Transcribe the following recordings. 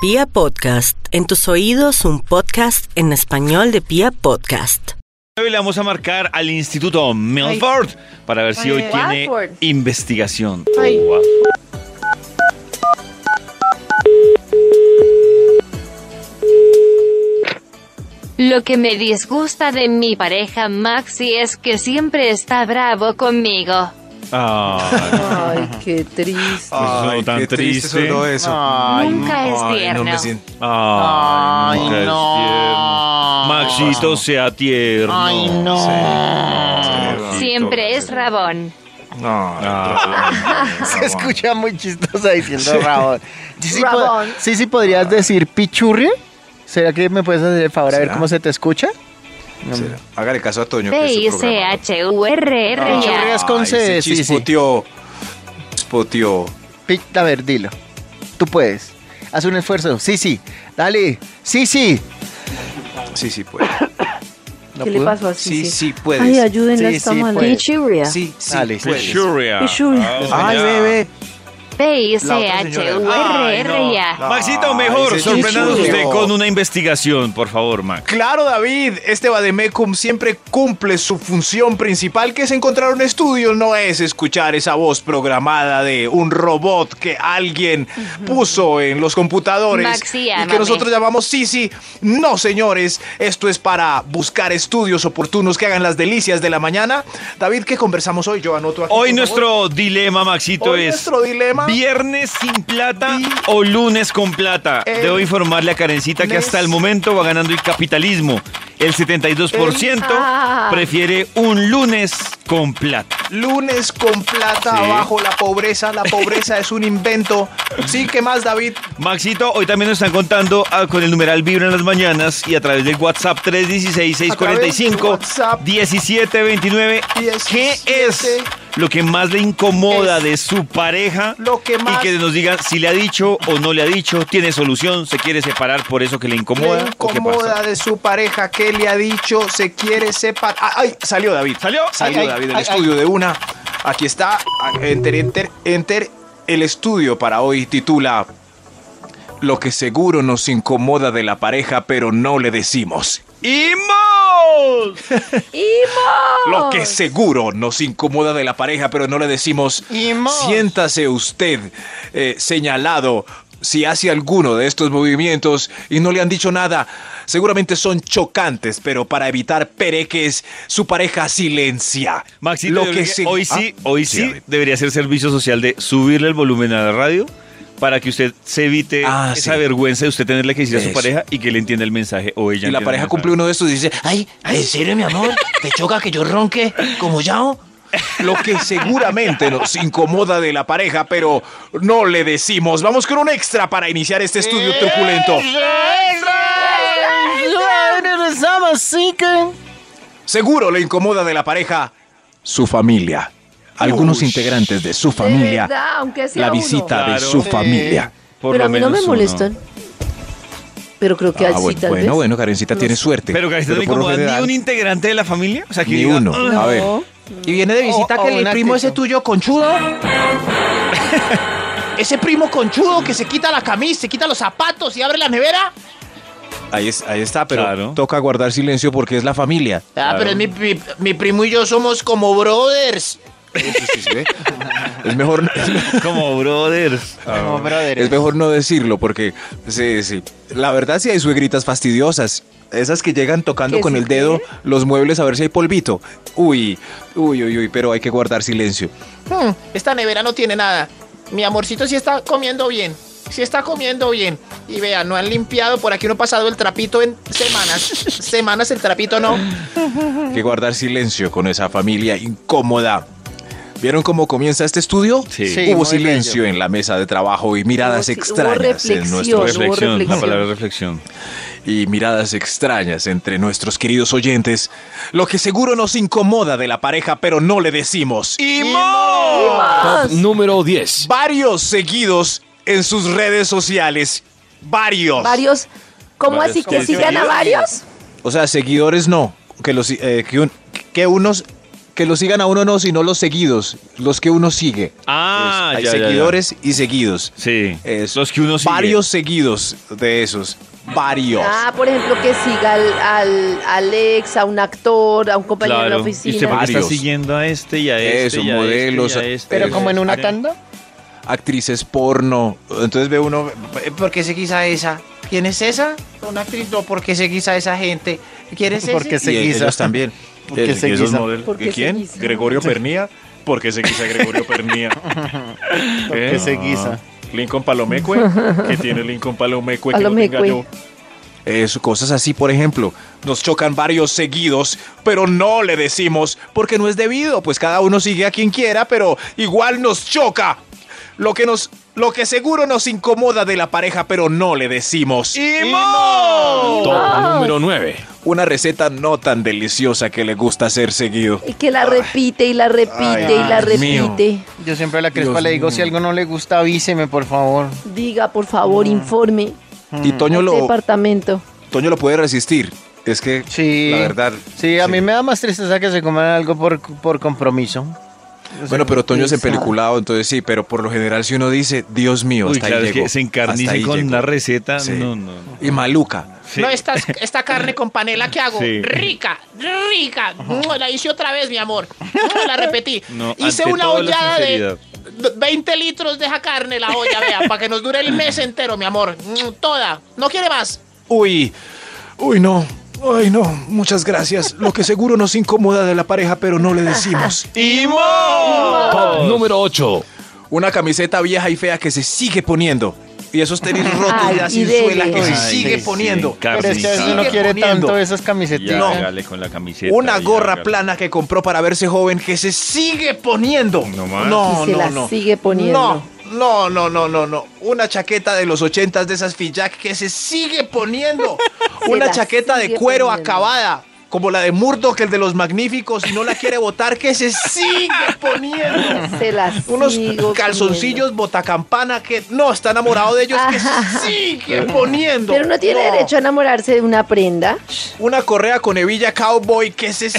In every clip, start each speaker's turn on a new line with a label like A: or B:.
A: Pia Podcast, en tus oídos un podcast en español de Pia Podcast.
B: Hoy le vamos a marcar al Instituto Milford para ver si hoy
C: Ay.
B: tiene
C: Milford.
B: investigación.
C: Ay.
B: Wow.
D: Lo que me disgusta de mi pareja Maxi es que siempre está bravo conmigo.
B: Ah,
C: Ay, qué triste.
B: Eso es tan
E: qué
B: triste.
E: sonó eso.
D: Nunca es
E: Ay,
D: tierno.
E: no me siento-
B: ah, nunca es tierno. Maxito sea tierno.
F: Ay, no.
B: Maxito,
D: siempre es rabón.
E: No,
F: Se escucha muy chistosa diciendo Rabón. Sí, sí,
C: Rabón.
F: po- sí, sí podrías decir pichurria. ¿Será que me puedes hacer el favor a ver
E: ¿Será?
F: cómo se te escucha?
E: no, sí. Hágale caso a Toño. que es su programador.
D: P-I-C-H-U-R-R-A.
F: Churrias con
E: Ay,
F: C,
E: se
F: sí, sí.
E: Chispoteó. Chispoteó.
F: Pi- a ver, dilo. Tú puedes. Haz un esfuerzo. Sí, sí. Dale. Sí, sí.
E: Sí, sí puede.
F: No
C: ¿Qué le
F: pudo.
C: pasó a
E: Sí,
C: Sisi?
E: sí puedes.
C: Ay, ayúdenla,
F: Sí,
C: está
F: sí,
C: mal.
F: puede.
E: Sí, sí
F: Dale.
E: puedes.
B: Pichuria.
C: Pichuria.
E: Ay, bebé.
D: P-I-C-H-U-R-R-A.
B: Maxito,
E: Ay,
B: mejor,
E: ese
B: sorpréndanos
E: chichurrio.
B: usted con una investigación, por favor, Max.
G: Claro, David, este Bademecum siempre cumple su función principal, que es encontrar un estudio, no es escuchar esa voz programada de un robot que alguien puso en los computadores
D: Maxi,
G: y
D: ámame.
G: que nosotros llamamos Sisi. No, señores, esto es para buscar estudios oportunos que hagan las delicias de la mañana. David, ¿qué conversamos hoy? Yo anoto aquí.
B: Hoy
G: por favor.
B: nuestro dilema, Maxito,
G: Hoy
B: es
G: nuestro dilema.
B: viernes sin plata o lunes con plata.
G: El-
B: Debo informarle a Karencita que
G: Nes-
B: hasta el momento va ganando el capitalismo. El 72%
C: Ah.
B: prefiere un lunes con plata.
G: Lunes con plata
B: Sí.
G: abajo, la pobreza, la pobreza es un invento. Sí, ¿qué más, David?
B: Maxito, hoy también nos están contando ah, con el numeral Vibra en las mañanas y a través del WhatsApp
G: A través del
B: 316-645-1729.
G: WhatsApp.
B: 1729 ¿Qué es
G: 17?
B: lo que más le incomoda
G: Es
B: de su pareja?
G: lo que más-
B: Y que nos digan si le ha dicho o no le ha dicho, tiene solución, se quiere separar por eso que le incomoda.
G: le
B: ¿o qué pasa?
G: incomoda de su pareja que le ha dicho se quiere separar. Ah, ¡Ay! Salió David.
B: ¿Salió?
G: Salió
F: Ay, ay,
G: David del
F: ay,
G: estudio de una. Aquí está. Enter, enter, enter. El estudio para hoy titula Lo que seguro nos incomoda de la pareja, pero no le decimos.
B: ¡Imos!
G: Lo que seguro nos incomoda de la pareja, pero no le decimos.
F: Y mo-
G: Siéntase usted eh, señalado si hace alguno de estos movimientos y no le han dicho nada. Seguramente son chocantes, pero para evitar pereques, su pareja silencia.
B: Maxito,
G: Lo
B: yo
G: que
B: creo que
G: se-
B: hoy sí,
G: Ah,
B: hoy
G: a
B: sí,
G: ver.
B: debería ser servicio social de subirle el volumen a la radio para que usted se evite
G: Ah,
B: esa
G: sí.
B: vergüenza de usted tenerle que decir a su
G: Eso.
B: pareja y que le entienda el mensaje o ella.
G: Y la
B: entienda el
G: pareja
B: mensaje.
G: cumple uno de estos y dice,
H: Ay, ¿en serio, mi amor? ¿Te choca que yo ronque como Yao?
G: lo que seguramente nos incomoda de la pareja, pero no le decimos. Vamos con un extra para iniciar este estudio truculento.
F: Ay, regresamos, sí que-
G: Seguro le incomoda de la pareja su familia. Algunos integrantes de su
C: De
G: familia.
C: verdad, aunque sea
G: la
C: uno.
G: visita de
B: Claro.
G: su
B: Sí.
G: familia.
B: Por
C: Pero
B: lo
C: a mí no
B: menos
C: me
B: uno.
C: molestan. Pero creo que
G: Ah,
C: a sí,
G: bueno,
C: tal
G: bueno,
C: vez.
G: bueno, Karencita tiene suerte.
B: Pero Karencita no le
G: por lo
B: incomoda ni
G: general,
B: un integrante de la familia. O sea, que
G: ni
B: diga,
G: uno.
B: "Ah,
G: A ver.
H: Y viene de visita
B: Oh,
F: O- o
H: que el
F: una
H: primo
F: que-
H: ese tuyo conchudo. Ese primo conchudo que se quita la camisa, se quita los zapatos y abre la nevera. Ah,
G: Ahí, es- ahí está, pero
B: Claro.
G: toca guardar silencio porque es la familia.
H: Ah, pero es mi, mi- mi primo y yo somos como brothers.
G: Es mejor,
B: "Ah, Como brothers.
F: No, brother.
G: es mejor no decirlo porque pues, sí, sí. la verdad sí hay suegritas fastidiosas. Esas que llegan tocando
C: ¿Que
G: con
C: sí
G: el dedo
C: qué?
G: los muebles a ver si hay polvito. Uy, uy, uy, uy, pero hay que guardar silencio.
H: Hmm, esta nevera no tiene nada. Mi amorcito sí está comiendo bien. Sí está comiendo bien. Y vean, no han limpiado. Por aquí no ha pasado el trapito en semanas. semanas el trapito no.
G: Hay que guardar silencio con esa familia incómoda. ¿Vieron cómo comienza este estudio?
B: Sí.
F: Sí,
G: hubo
F: muy
G: silencio en la mesa de trabajo y miradas
C: Hubo- hubo
G: extrañas en
C: reflexión.
G: nuestros
C: Hubo
B: Reflexión, la
C: reflexión.
B: palabra reflexión.
G: y miradas extrañas entre nuestros queridos oyentes, lo que seguro nos incomoda de la pareja, pero no le decimos. Y
I: Número 10.
G: varios seguidos en sus redes sociales. Varios.
C: Varios. ¿Cómo
B: Varios
C: así que
B: con-
C: sigan a varios?
G: O sea, seguidores no, que los eh, que, un- que unos que lo sigan a uno no, sino los seguidos, los que uno sigue. Pues,
B: Ah,
G: Hay
B: ya, ya, ya.
G: seguidores y seguidos.
B: Sí.
G: Es
B: Los que uno sigue.
G: Varios seguidos de esos. Varios.
C: Ah, por ejemplo, que siga al, al, al ex, a un actor, a un compañero de la
B: Claro. Y usted
C: oficina.
B: porque está
G: Varios.
B: siguiendo a este y a este.
G: Eso,
B: y a
G: modelos,
B: este y a este.
H: Pero como en una
B: Sí.
H: tanda.
G: Actrices porno. Entonces ve uno.
H: eh, ¿Por qué seguís a esa? ¿Quién es esa? Una actriz. No, ¿por qué seguís a esa gente? ¿Quién es
F: Porque
G: Y
F: se guisa.
G: ellos también.
F: Porque se guisa.
C: ¿Por qué se guisa?
G: Gregorio Pernía. Porque se guisa Gregorio Pernía.
F: Porque se guisa.
G: Ah. Lincoln Palomecue. que tiene Lincoln Palomecue?
C: que lo tenga Palomecue. yo?
G: Eso, cosas así, por ejemplo. Nos chocan varios seguidos, pero no le decimos porque no es debido, pues cada uno sigue a quien quiera, pero igual nos choca. Lo que nos lo que seguro nos incomoda de la pareja, pero no le decimos.
I: Top
C: Ah.
I: número 9.
G: Una receta no tan deliciosa que le gusta ser seguido.
C: Y que la repite y la repite y la
G: Dios mío.
C: repite.
F: Yo siempre a la Crespa
G: Dios
F: le digo, si algo no le gusta, avíseme, por favor.
C: Diga, por favor, informe.
G: Y Toño
C: al
G: lo,
C: Departamento.
G: Toño lo puede resistir. Es que
F: Sí.
G: la verdad.
F: Sí, a mí me da más tristeza que se coman algo por, por compromiso. O sea,
G: Bueno, pero Toño es
F: exacto.
G: empeliculado, entonces sí, pero por lo general si uno dice, Dios mío,
B: Uy,
G: hasta
B: claro,
G: ahí
B: es
G: llegó,
B: que se
G: hasta ahí
B: encarnicen con
G: llegó".
B: una receta.
G: Sí.
B: No, no. no.
G: Y maluca.
B: Sí.
H: No, esta, esta carne con panela que hago,
B: Sí.
H: rica, rica. Mm, La hice otra vez, mi amor. Mm, La repetí.
B: No,
H: hice
B: ante
H: una
B: todo, la
H: ollada de
B: sinceridad.
H: 20 litros de esa carne, la olla, vea, para que nos dure el mes entero, mi amor. Mm, Toda. No quiere más.
G: Uy, uy, no. Ay, no, muchas gracias. Lo que seguro nos incomoda de la pareja, pero no le decimos.
I: Top número 8.
G: Una camiseta vieja y fea que se sigue poniendo. Y esos tenis rotos
C: Ay,
G: ya
C: y
G: sin
C: dele.
G: suela que se
F: Ay,
G: sigue
B: sí,
G: poniendo.
B: sí, Carmen,
F: Pero es que a veces
B: sí.
F: uno
G: Sigue
F: quiere
G: poniendo.
F: tanto esas camisetas.
B: Ya,
G: No.
B: hágale con la camiseta.
G: Una
B: ya,
G: gorra
B: hágale.
G: plana que compró para verse joven que se sigue poniendo.
B: No
G: No,
B: más.
G: Oh, no,
C: Y se la
G: no.
C: sigue poniendo.
G: No, no, no, no, no, no. Una chaqueta de los ochentas de esas Fillac que se sigue poniendo.
C: Se
G: Una
C: la
G: chaqueta de
C: sigue
G: cuero
C: poniendo.
G: acabada. Como la de Murdoch, el de los magníficos, y no la quiere botar, que se sigue poniendo.
C: Se las
G: Unos
C: sigo
G: calzoncillos botacampana que no, está enamorado de ellos, que se sigue poniendo.
C: poniendo. Pero no tiene
G: No.
C: derecho a enamorarse de una prenda.
G: Una correa con hebilla cowboy que se sigue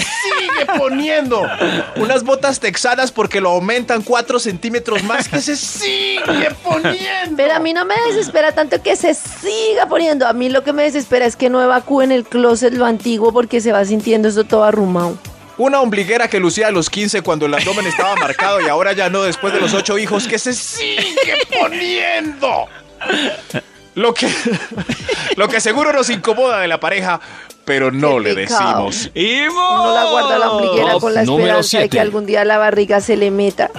G: poniendo. Unas botas texanas porque lo aumentan 4 centímetros más que se sigue poniendo.
C: Pero a mí no me desespera tanto que se siga poniendo. A mí lo que me desespera es que no evacúen el closet lo antiguo porque se va sintiendo eso todo arrumado.
G: Una ombliguera que lucía a los 15 cuando el abdomen estaba marcado y ahora ya no después de los 8 hijos que se sigue poniendo. Lo que, lo que seguro nos incomoda de la pareja, pero no
C: Qué
G: le
C: pecado.
G: decimos.
C: Uno la guarda la ombliguera
I: Top
C: con la
I: número
C: esperanza de
I: siete.
C: que algún día la barriga se le meta.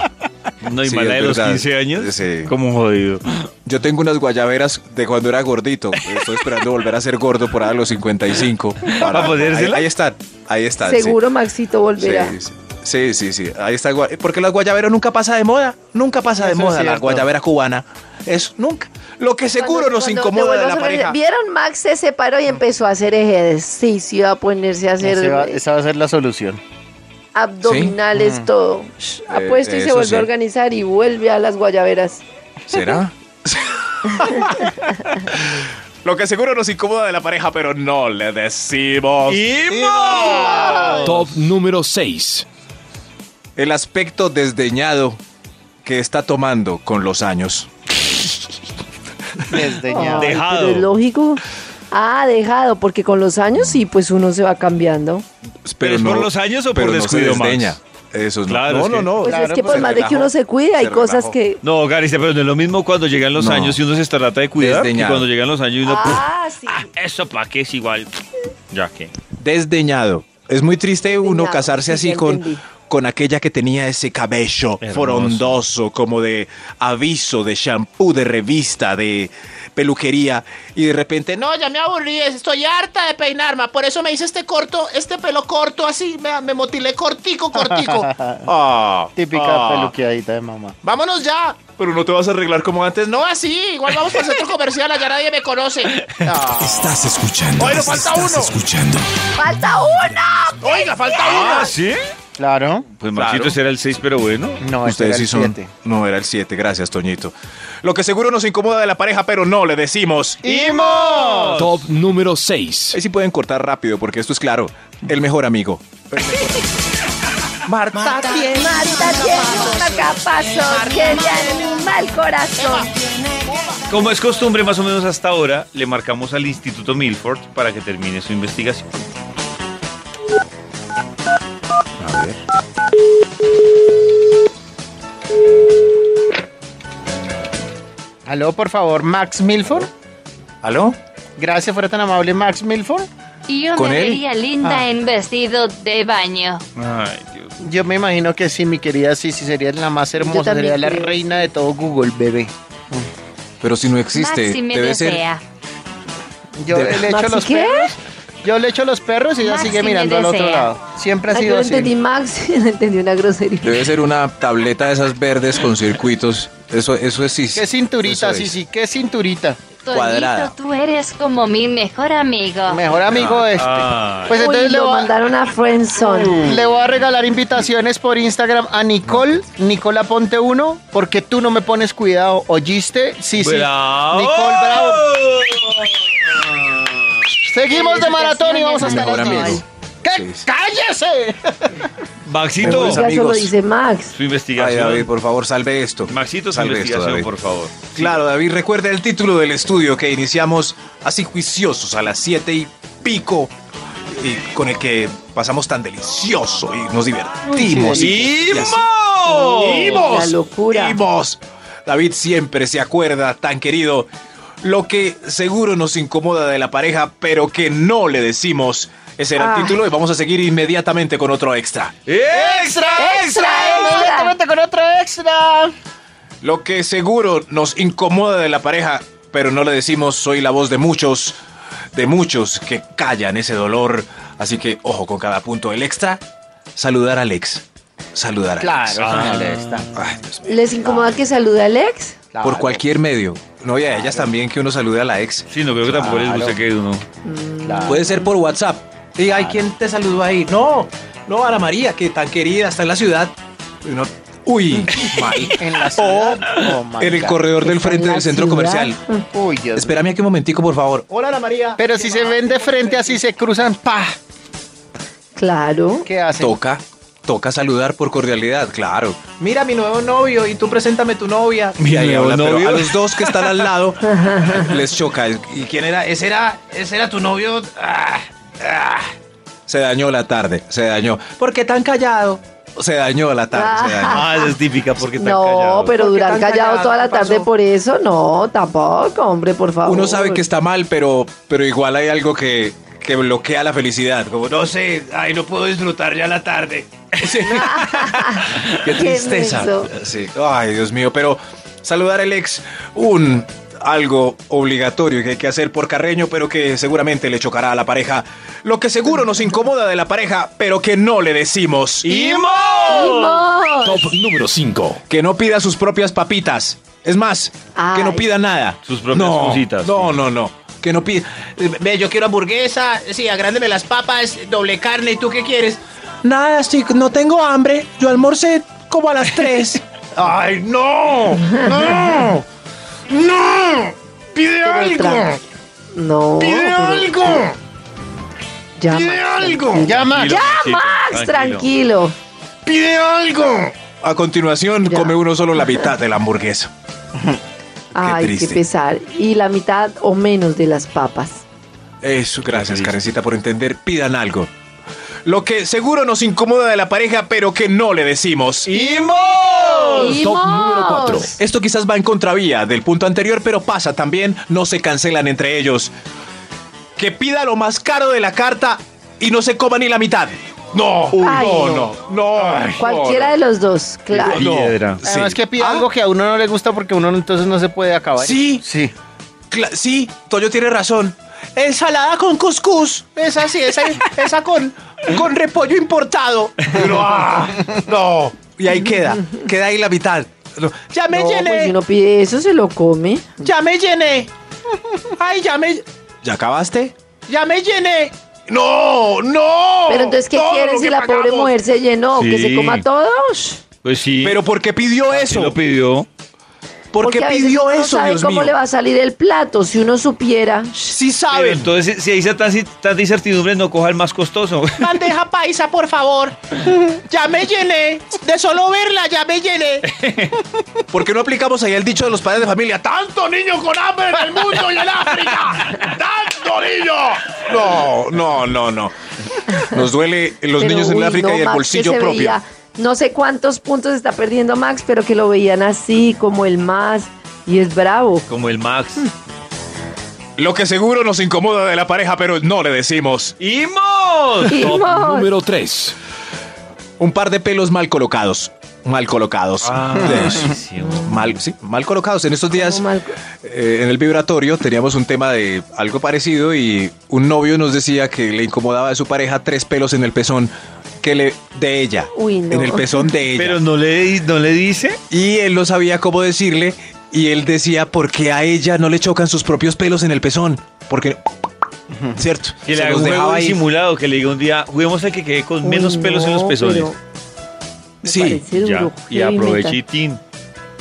B: No, y
G: Sí,
B: más la
G: es
B: de los
G: verdad.
B: 15 años.
G: Sí.
B: Como jodido.
G: Yo tengo unas guayaberas de cuando era gordito. Estoy esperando volver a ser gordo por ahí a los 55. Para,
B: ¿Va a ponérsela?
G: Ahí, ahí están, ahí están. sí.
C: Seguro Maxito
G: Sí,
C: volverá.
G: sí, sí, sí, sí, ahí está. el gua- Porque la guayabera nunca pasa de moda, nunca pasa de
F: Eso es
G: moda la
F: cierto.
G: guayabera cubana. Eso, nunca. Lo que seguro
C: Cuando-
G: nos
C: cuando
G: incomoda de
C: devuelvas
G: la
C: a ver-
G: pareja.
C: Vieron, Max se separó y empezó a hacer ejercicio, a ponerse a hacer
F: Ese va-
C: eh,
F: esa va a ser la solución.
C: abdominales, todo. Shh, Apuesto y se
G: eh, eso
C: volvió
G: sí.
C: a organizar y vuelve a las guayaberas.
G: ¿Será? Lo que seguro nos incomoda de la pareja, pero no le decimos.
I: Top número 6.
G: El aspecto desdeñado que está tomando con los años.
F: Desdeñado.
C: Ay,
B: Dejado.
C: Pero es lógico. Ah, dejado, porque con los años sí, pues uno se va cambiando.
B: ¿Pero es por los años o
G: pero
B: por
G: no se
B: descuido, Max?
G: desdeña. Eso no.
B: Claro,
G: no,
B: es
G: no,
B: que-
G: no.
C: Pues
F: Claro,
C: es que por
F: pues,
C: más
G: se
C: de que uno
G: relajó,
C: se cuida, hay
G: se
C: cosas
G: relajó.
C: que...
B: No, Garista, pero no es lo mismo cuando llegan los
G: No.
B: años y uno se trata de cuidar y
G: Desdeñado.
B: cuando llegan los años y uno... "Puf,
C: Ah, sí.
B: Eso para qué es igual. Ya que.
G: desdeñado. Es muy triste uno
C: Desdeñado,
G: casarse
C: sí,
G: así
C: ya
G: con,
C: entendí.
G: con aquella que tenía ese cabello
B: Hermoso.
G: frondoso, como de aviso, de shampoo, de revista, de peluquería, y de repente, no,
H: No, ya me aburrí. Estoy harta de peinarme. Por eso me hice este corto, este pelo corto así. Me, me motilé cortico, cortico.
G: ah,
F: Típica
G: ah,
F: peluqueadita de mamá.
H: Vámonos ya.
G: pero no te vas a arreglar como antes, no.
H: No así. Igual vamos para el centro comercial. Allá nadie me conoce.
J: Estás escuchando.
H: Oye, nos falta
J: estás
H: uno.
J: escuchando.
C: ¡Falta uno!
H: Oiga, falta
B: ¿Ah,
H: uno.
B: sí?
F: Claro.
B: Pues Maxito ese era el 6, pero bueno.
F: No, ese
G: Ustedes
F: era
G: sí
F: el
G: son.
F: siete.
G: No, era el 7, gracias, Toñito. Lo que seguro nos incomoda de la pareja, pero no le decimos.
I: Top número 6.
G: Ahí sí pueden cortar rápido, porque esto es claro. El mejor amigo.
H: Marta, tiene
C: Marta tiene un capazo que le anima el corazón.
B: Como es costumbre, más o menos hasta ahora, le marcamos al Instituto Milford para que termine su investigación.
F: Aló, por favor, Max Milford.
G: ¿Aló?
F: Gracias, fuera tan amable, Max Milford.
D: Yo
G: ¿Con
D: me
G: él?
D: vería linda
F: Ah.
D: en vestido de baño.
B: Ay, Dios.
F: Yo me imagino que sí, mi querida Sisi sería la más hermosa,
C: también
F: sería la
C: creo.
F: reina de todo Google, bebé.
G: Pero si no existe,
D: Maxi me
G: debe ser.
D: desea.
F: Yo
G: De-
F: le echo
C: ¿Maxi
F: los
C: qué?
F: perros. Yo le echo los perros y ella
D: Maxi
F: sigue
D: me
F: mirando al otro
D: desea.
F: lado. Siempre ha
C: Ay, yo
F: sido
C: no
F: así.
C: entendí Max, no entendí una grosería.
G: Debe ser una tableta de esas verdes con circuitos. Eso, eso es cis.
F: Qué cinturita,
G: Eso es.
F: Sisi, qué cinturita.
G: Cuadrada.
D: Tonito, tú eres como mi mejor amigo.
F: Mejor amigo
G: Ah.
F: este.
B: Ay.
F: Pues
C: Ah. Uy,
F: entonces le
C: lo
F: voy, a,
C: mandaron a Friendzone.
F: le voy a regalar invitaciones por Instagram a Nicole, Nicola Ponte 1, porque tú no me pones cuidado, ¿oíste? Sí, sí.
B: ¡Bravo!
F: Nicole, bravo. Seguimos de maratón y vamos a estar
G: Mejor
F: las
G: amigo.
F: diez. ¡Que
G: Sí, sí.
F: cállese!
B: Maxito,
G: Mejores
C: Ya eso lo
G: amigos.
C: dice Max.
B: su
G: Ay,
B: investigación.
G: David, por favor, salve esto.
B: Maxito, su
G: salve
B: investigación,
G: David.
B: por favor.
G: Claro, David, recuerda el título del estudio que iniciamos así juiciosos a las 7 y pico y con el que pasamos tan delicioso y nos divertimos. y- y así. ¡Imos!
C: La locura.
G: ¡Imos! David siempre se acuerda, tan querido, lo que seguro nos incomoda de la pareja, pero que no le decimos. Ese era
C: Ah.
G: el título y vamos a seguir inmediatamente con otro extra.
B: ¡Extra!
C: ¡Extra, extra!
F: Inmediatamente con otro extra.
G: Lo que seguro nos incomoda de la pareja, pero no le decimos soy la voz de muchos, de muchos que callan ese dolor. Así que ojo con cada punto. El extra, saludar a Alex. Saludar a Alex.
B: Ah,
G: Ay, Dios mío.
C: ¿Les incomoda que salude al ex?
G: Por cualquier medio. No, y a ellas también que uno salude a la ex.
B: Sí, no creo que tampoco les guste que uno.
G: Puede ser por WhatsApp. Y ay, ¿quién te saludó ahí? No, no, Ana María, que tan querida, está en la ciudad. Y uno, uy, mal.
F: En la ciudad. Oh, my
G: En el
F: God.
G: corredor del
C: Está en
G: frente
C: la
G: del centro
C: ciudad.
G: comercial.
F: Uy, Dios
G: Espérame aquí un momentico, por favor.
F: mío. Pero si se ven de frente así, se cruzan, pa.
C: Claro.
F: ¿Qué hacen?
G: Toca, toca saludar por cordialidad, claro.
H: Mira mi nuevo novio y tú preséntame tu novia.
G: Y ahí
B: Nuevo
G: habla, pero
B: novio.
G: a los dos que están al lado les choca. ¿Y quién era? Ese era, ese era tu novio. Ah, ah. Se dañó la tarde, se dañó. ¿Por qué tan callado? Se dañó la tarde, se dañó.
B: Ah, esa es típica porque está
C: No,
B: callado.
C: pero
H: ¿Por qué
C: durar
H: tan
C: callado
H: callado?
C: toda la
H: ¿Qué pasó?
C: tarde por eso, no, tampoco, hombre, por favor.
G: Uno sabe que está mal, pero, pero igual hay algo que, que bloquea la felicidad. Como, no sé, ay, no puedo disfrutar ya la tarde. Sí. Qué tristeza.
C: menso.
G: Sí. Ay, Dios mío, pero saludar al ex, un algo obligatorio que hay que hacer por Carreño, pero que seguramente le chocará a la pareja. Lo que seguro nos incomoda de la pareja, pero que no le decimos.
C: ¡Vamos!
I: Top número 5.
G: Que no pida sus propias papitas. Es más, que
C: Ay.
G: no pida nada.
B: Sus propias
G: no,
B: cositas.
G: No, no, no. Que no pida. Eh,
H: Ve, yo quiero hamburguesa, sí, agrándeme las papas, doble carne, ¿y tú qué quieres?
G: Nada, sí, no tengo hambre. Yo almorcé como a las 3. ¡Ay, no! ¡No! ¡No! ¡Pide
C: Pero el
G: algo!
C: trago. No.
G: ¡Pide
C: pero-
G: algo!
C: Ya,
G: ¡Pide
C: Max,
G: algo!
F: Llama.
C: tranquilo.
B: Tranquilo,
C: Ya,
B: Maxito,
C: Max, tranquilo.
G: ¡Pide algo! A continuación,
C: Ya.
G: come uno solo la mitad de la hamburguesa.
C: Ay, qué
G: triste.
C: pesar. Y la mitad o menos de las papas.
G: Eso, gracias, Karencita, por entender. Pidan algo. Lo que seguro nos incomoda de la pareja, pero que no le decimos.
I: Top
D: ¡Vimos!
I: número 4.
G: Esto quizás va en contravía del punto anterior, pero pasa también, no se cancelan entre ellos. Que pida lo más caro de la carta y no se coma ni la mitad. No,
C: Ay,
G: no,
C: no.
G: no, no. Ay,
C: Cualquiera
G: no,
C: de los dos, claro.
G: no.
B: Piedra.
G: Sí.
F: Además que pide
G: Ah,
F: algo que a uno no le gusta porque uno entonces no se puede acabar.
G: Sí.
F: Sí.
G: cla- sí, Toyo tiene razón. Ensalada con cuscús.
H: Esa sí, esa, esa con...
G: Con repollo importado. Pero, ah, no. Y ahí queda. Queda ahí la mitad. No. Ya me
C: No,
G: llené.
C: pues si uno pide eso, se lo come.
G: Ya me llené. Ay, ya me. ¿Ya acabaste? Ya me llené. No, no.
C: Pero entonces, ¿qué
G: Todo
C: quieren
G: lo
C: si
G: que
C: la
G: pagamos.
C: pobre mujer se llenó? ¿Que
B: Sí.
C: se coma todo? Ush.
B: Pues sí.
G: Ah, Pero ¿por qué pidió
B: sí
G: eso?
B: lo pidió.
G: ¿Por qué
C: a veces
G: pidió
C: uno no
G: eso,
C: sabe
G: Dios
C: cómo
G: mío?
C: le va a salir el plato si uno supiera.
G: Sí
B: Pero
G: saben.
B: entonces, si hay tanta, tanta incertidumbre, no coja el más costoso.
H: Bandeja paisa, por favor. Ya me llené. De solo verla, ya me llené.
G: ¿Por qué no aplicamos ahí el dicho de los padres de familia? ¡Tanto niño con hambre en el mundo y en África! ¡Tanto niño! No, no, no, no. Nos duele los
C: Pero,
G: niños en
C: uy,
G: África
C: no,
G: y el
C: Max, que
G: bolsillo
C: se
G: propio.
C: veía- no sé cuántos puntos está perdiendo Max, pero que lo veían así, como el más, y es bravo.
B: Como el Max.
G: Lo que seguro nos incomoda de la pareja, pero no le decimos.
B: ¡Imos!
C: Y
I: Top
C: no,
I: número 3.
G: Un par de pelos mal colocados. Mal colocados.
B: Ah.
G: Mal, sí, mal colocados. En estos días,
C: como mal-
G: eh, en el vibratorio, teníamos un tema de algo parecido y un novio nos decía que le incomodaba de su pareja tres pelos en el pezón que le, de ella.
C: Uy, no.
G: En el pezón de ella.
B: Pero no le, no le dice.
G: Y él no sabía cómo decirle y él decía porque a ella no le chocan sus propios pelos en el pezón. Porque... Cierto.
B: Que le
G: se
B: haga
G: los
B: un juego
G: dejaba ahí.
B: disimulado, que le diga un día, juguemos al que quede con
C: Uy,
B: menos pelos en los
C: no,
B: pezones.
C: pero me
G: Sí,
C: parece duro,
B: Ya, y
C: heavy
B: aproveche y
C: metal.
B: tin.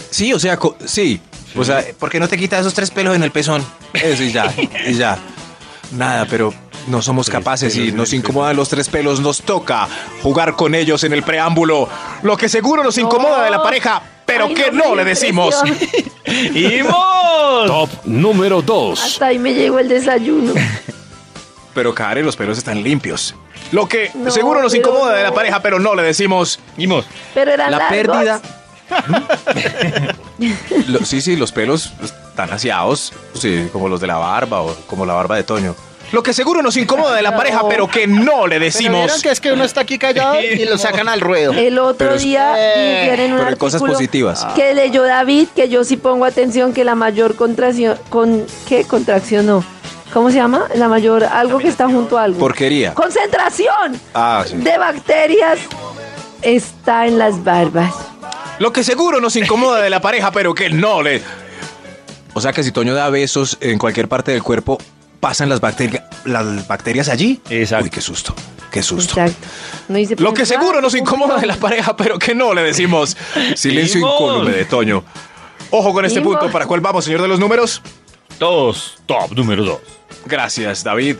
G: Sí, o sea, co- sí. O sea, ¿por qué no te quitas esos tres pelos en el pezón? Eso y ya, y ya. Nada, pero no somos capaces y nos incomodan los tres pelos. Nos toca jugar con ellos en el preámbulo. Lo que seguro nos incomoda de la pareja, pero
C: Ay,
G: que
C: me
G: no
C: dio
G: le decimos.
C: impresión.
B: ¡Imos!
I: Top número 2.
C: Hasta ahí me llegó el desayuno.
G: Pero, Karen, los pelos están limpios. Lo que
C: No,
G: seguro nos
C: pero
G: incomoda de la
C: no.
G: pareja, pero no le decimos.
B: ¡Imos!
C: Pero eran
G: La
C: largos.
G: pérdida. Lo- sí, sí, los pelos están aseados, sí, como los de la barba o como la barba de Toño. Lo que seguro nos incomoda de la pareja, pero que no le
F: Pero vieron
G: decimos.
F: que es que uno está aquí callado y lo sacan al ruedo.
C: El otro
G: Pero es-
C: día
F: Eh,
C: vi en un
G: pero hay cosas
C: artículo
G: positivas.
C: que leyó David que yo sí pongo atención que la mayor contracción con qué contracción no. ¿Cómo se llama? La mayor algo que está junto a algo.
G: Porquería.
C: Concentración
G: Ah, sí.
C: de bacterias está en las barbas.
G: Lo que seguro nos incomoda de la pareja, pero que no le. O sea que si Toño da besos en cualquier parte del cuerpo, pasan las, bacterias las bacterias allí.
B: Exacto.
G: Uy, qué susto. Qué susto.
C: Exacto. No "Pues, ah, hice
G: Lo que
C: pensar,
G: seguro nos
C: un
G: incomoda de la pareja, pero que no le decimos. Silencio
B: Dimos.
G: incólume de Toño. Ojo con este
C: Dimos.
G: punto. ¿Para cuál vamos, señor de los números?
B: Todos, top número 2.
G: Gracias, David.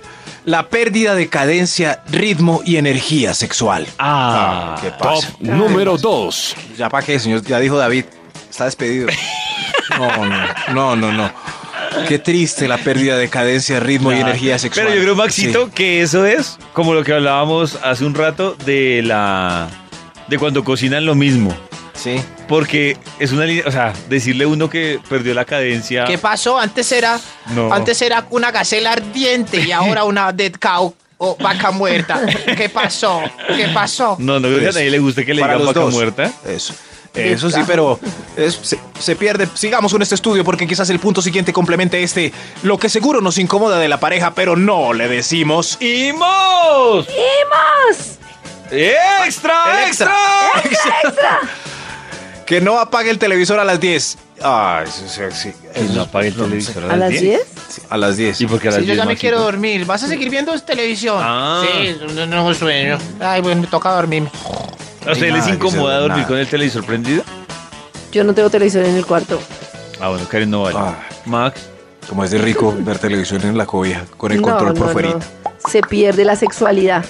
G: La pérdida de cadencia, ritmo y energía sexual.
B: Ah,
G: ¿qué
I: Top
G: pasa?
I: número 2.
G: ¿Ya para qué, señor? Ya dijo David. Está despedido. No, no, no, no, no. Qué triste la pérdida de cadencia, ritmo y energía sexual.
B: Pero yo creo, Maxito, que eso es como lo que hablábamos hace un rato de la. de cuando cocinan lo mismo.
G: Sí. sí.
B: Porque es una línea. O sea, decirle a uno que perdió la cadencia.
H: ¿Qué pasó? Antes era,
B: No.
H: antes era una gacela ardiente y ahora una dead cow o vaca muerta. ¿Qué pasó? ¿Qué pasó?
B: No, no creo que a nadie le guste que le
G: Pues, Para
B: digan
G: los
B: vaca
G: dos.
B: muerta.
G: Eso. Eso sí, pero es- se, se pierde. Sigamos con este estudio porque quizás el punto siguiente complemente este. Lo que seguro nos incomoda de la pareja, pero no le decimos.
B: ¡Imos!
C: ¡Imos!
B: ¡Extra!
G: El extra.
B: ¡Extra!
G: Que no apague el televisor a las 10. Ay, sí, sí, sí.
B: Que no apague el televisor
C: ¿A las 10?
G: Sí, A las 10.
B: ¿Y por qué a las
H: Sí, yo
B: 10,
H: ya me
B: Maxito?
H: quiero dormir. ¿Vas a seguir viendo televisión?
B: Ah.
H: Sí, no, no sueño. Ay, bueno, me toca dormirme.
B: ¿A ustedes
G: Ay,
B: les
G: nada,
B: incomoda
G: que se-
B: dormir
G: nada.
B: con el televisor prendido?
C: Yo no tengo televisor en el cuarto.
B: Ah, bueno, Karen no vale.
G: Ah.
B: Max.
G: Como es de rico ver televisión en la cobija con el
C: No,
G: control por
C: no,
G: fuera.
C: no. Se pierde la sexualidad.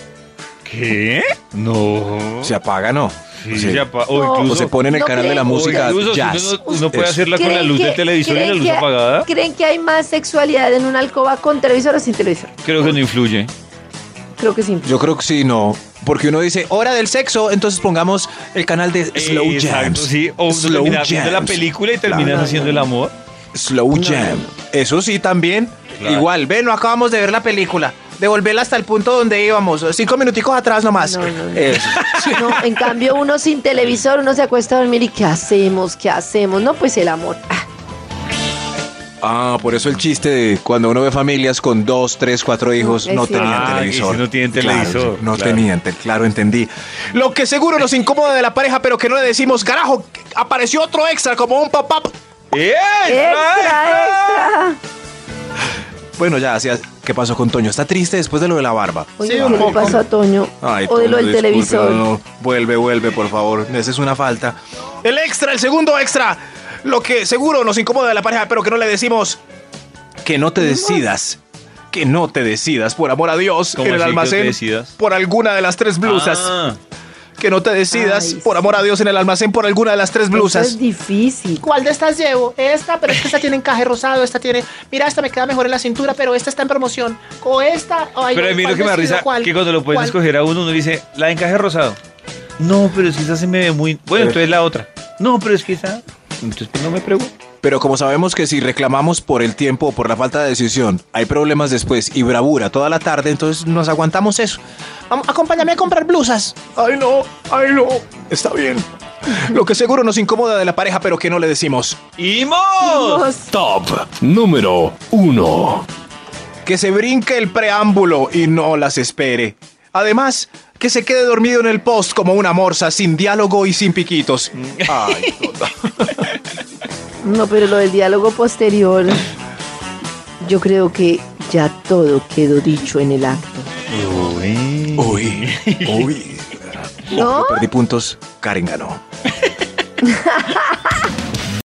B: ¿Qué? No.
G: Se apaga, ¿no?
B: Sí,
G: Sí.
B: ya pa- o
C: No.
G: O
B: incluso,
G: se pone en el
C: No
G: canal de la
C: creo.
G: música
B: o incluso si
G: jazz.
B: uno, uno puede
G: Eso.
B: hacerla con la
C: ¿Creen
B: luz del
C: que-
B: televisor y la
C: creen
B: luz
C: que-
B: apagada.
C: ¿Creen que hay más sexualidad en una alcoba con televisor o sin televisor?
B: Creo que no influye.
C: Creo que sí.
G: Yo creo que sí, no. Porque uno dice, hora del sexo, entonces pongamos el canal de Slow
B: Eh, exacto,
G: Jams.
B: sí. O uno
G: slow
B: termina viendo la
G: Jams.
B: película y terminas
G: Claro.
B: haciendo el amor.
G: Slow Jam. Eso sí, también.
B: Claro.
G: Igual,
H: Ve, no acabamos de ver la película. Devolverla hasta el punto donde íbamos. Cinco minuticos atrás nomás.
C: No, no, no.
G: Eso.
C: No, en cambio, uno sin televisor, uno se acuesta a dormir y ¿qué hacemos? ¿Qué hacemos? No, pues el amor. Ah,
G: Ah, por eso el chiste de cuando uno ve familias con dos, tres, cuatro hijos,
C: Es
G: no
C: cierto.
G: tenían
B: Ah,
G: televisor.
B: y si no tienen
G: Claro,
B: televisor,
G: no
B: claro.
G: tenían, te- claro, entendí. Lo que seguro nos incomoda de la pareja, pero que no le decimos, carajo, apareció otro extra como un papá.
B: ¡Eh!
C: ¡Extra, extra!
G: Bueno, ya, así- ¿qué pasó con Toño? Está triste después de lo de la barba.
C: Oye,
F: Sí,
C: ¿qué le
F: hombre.
C: pasó a Toño?
G: Ay,
C: o de
G: Toño,
C: lo del
G: disculpe,
C: televisor.
G: no, no. Vuelve, vuelve, por favor. Esa es una falta. El extra, el segundo extra. lo que seguro nos incomoda de la pareja, pero que no le decimos. Que no te decidas. Que no te decidas, por amor a Dios,
B: ¿Cómo
G: en el
B: así que no te
G: almacén
B: decidas?
G: por alguna de las tres blusas.
B: Ah,
G: Que no te decidas, por amor a Dios, en el almacén por alguna de las tres
C: Eso
G: blusas.
C: es difícil.
H: ¿Cuál de estas llevo? Esta, pero es que esta tiene encaje rosado, esta tiene... Mira, esta me queda mejor en la cintura, pero esta está en promoción. O esta... ay,
B: pero a
H: no,
B: mí lo
H: ¿cuál
B: que me da
H: decido?
B: risa
H: ¿Cuál?
B: que cuando lo puedes
H: ¿Cuál?
B: escoger a uno, uno dice, la de encaje rosado. No, pero es que esa se me ve muy... Bueno, entonces la otra. No, pero es que esa... Entonces pues, no me pregunto.
G: Pero como sabemos que si reclamamos por el tiempo o por la falta de decisión, hay problemas después y bravura toda la tarde, entonces nos aguantamos eso.
H: Vamos, acompáñame a comprar blusas.
G: Ay no, ay no, está bien. Lo que seguro nos incomoda de la pareja, pero que no le decimos.
B: ¡Imos!
I: Top número 1.
G: Que se brinque el preámbulo y no las espere. Además, que se quede dormido en el post como una morsa, sin diálogo y sin piquitos. Ay, toda.
C: No, pero lo del diálogo posterior, yo creo que ya todo quedó dicho en el acto.
G: Uy, uy.
C: ¿No?
G: Perdí puntos, Karen ganó.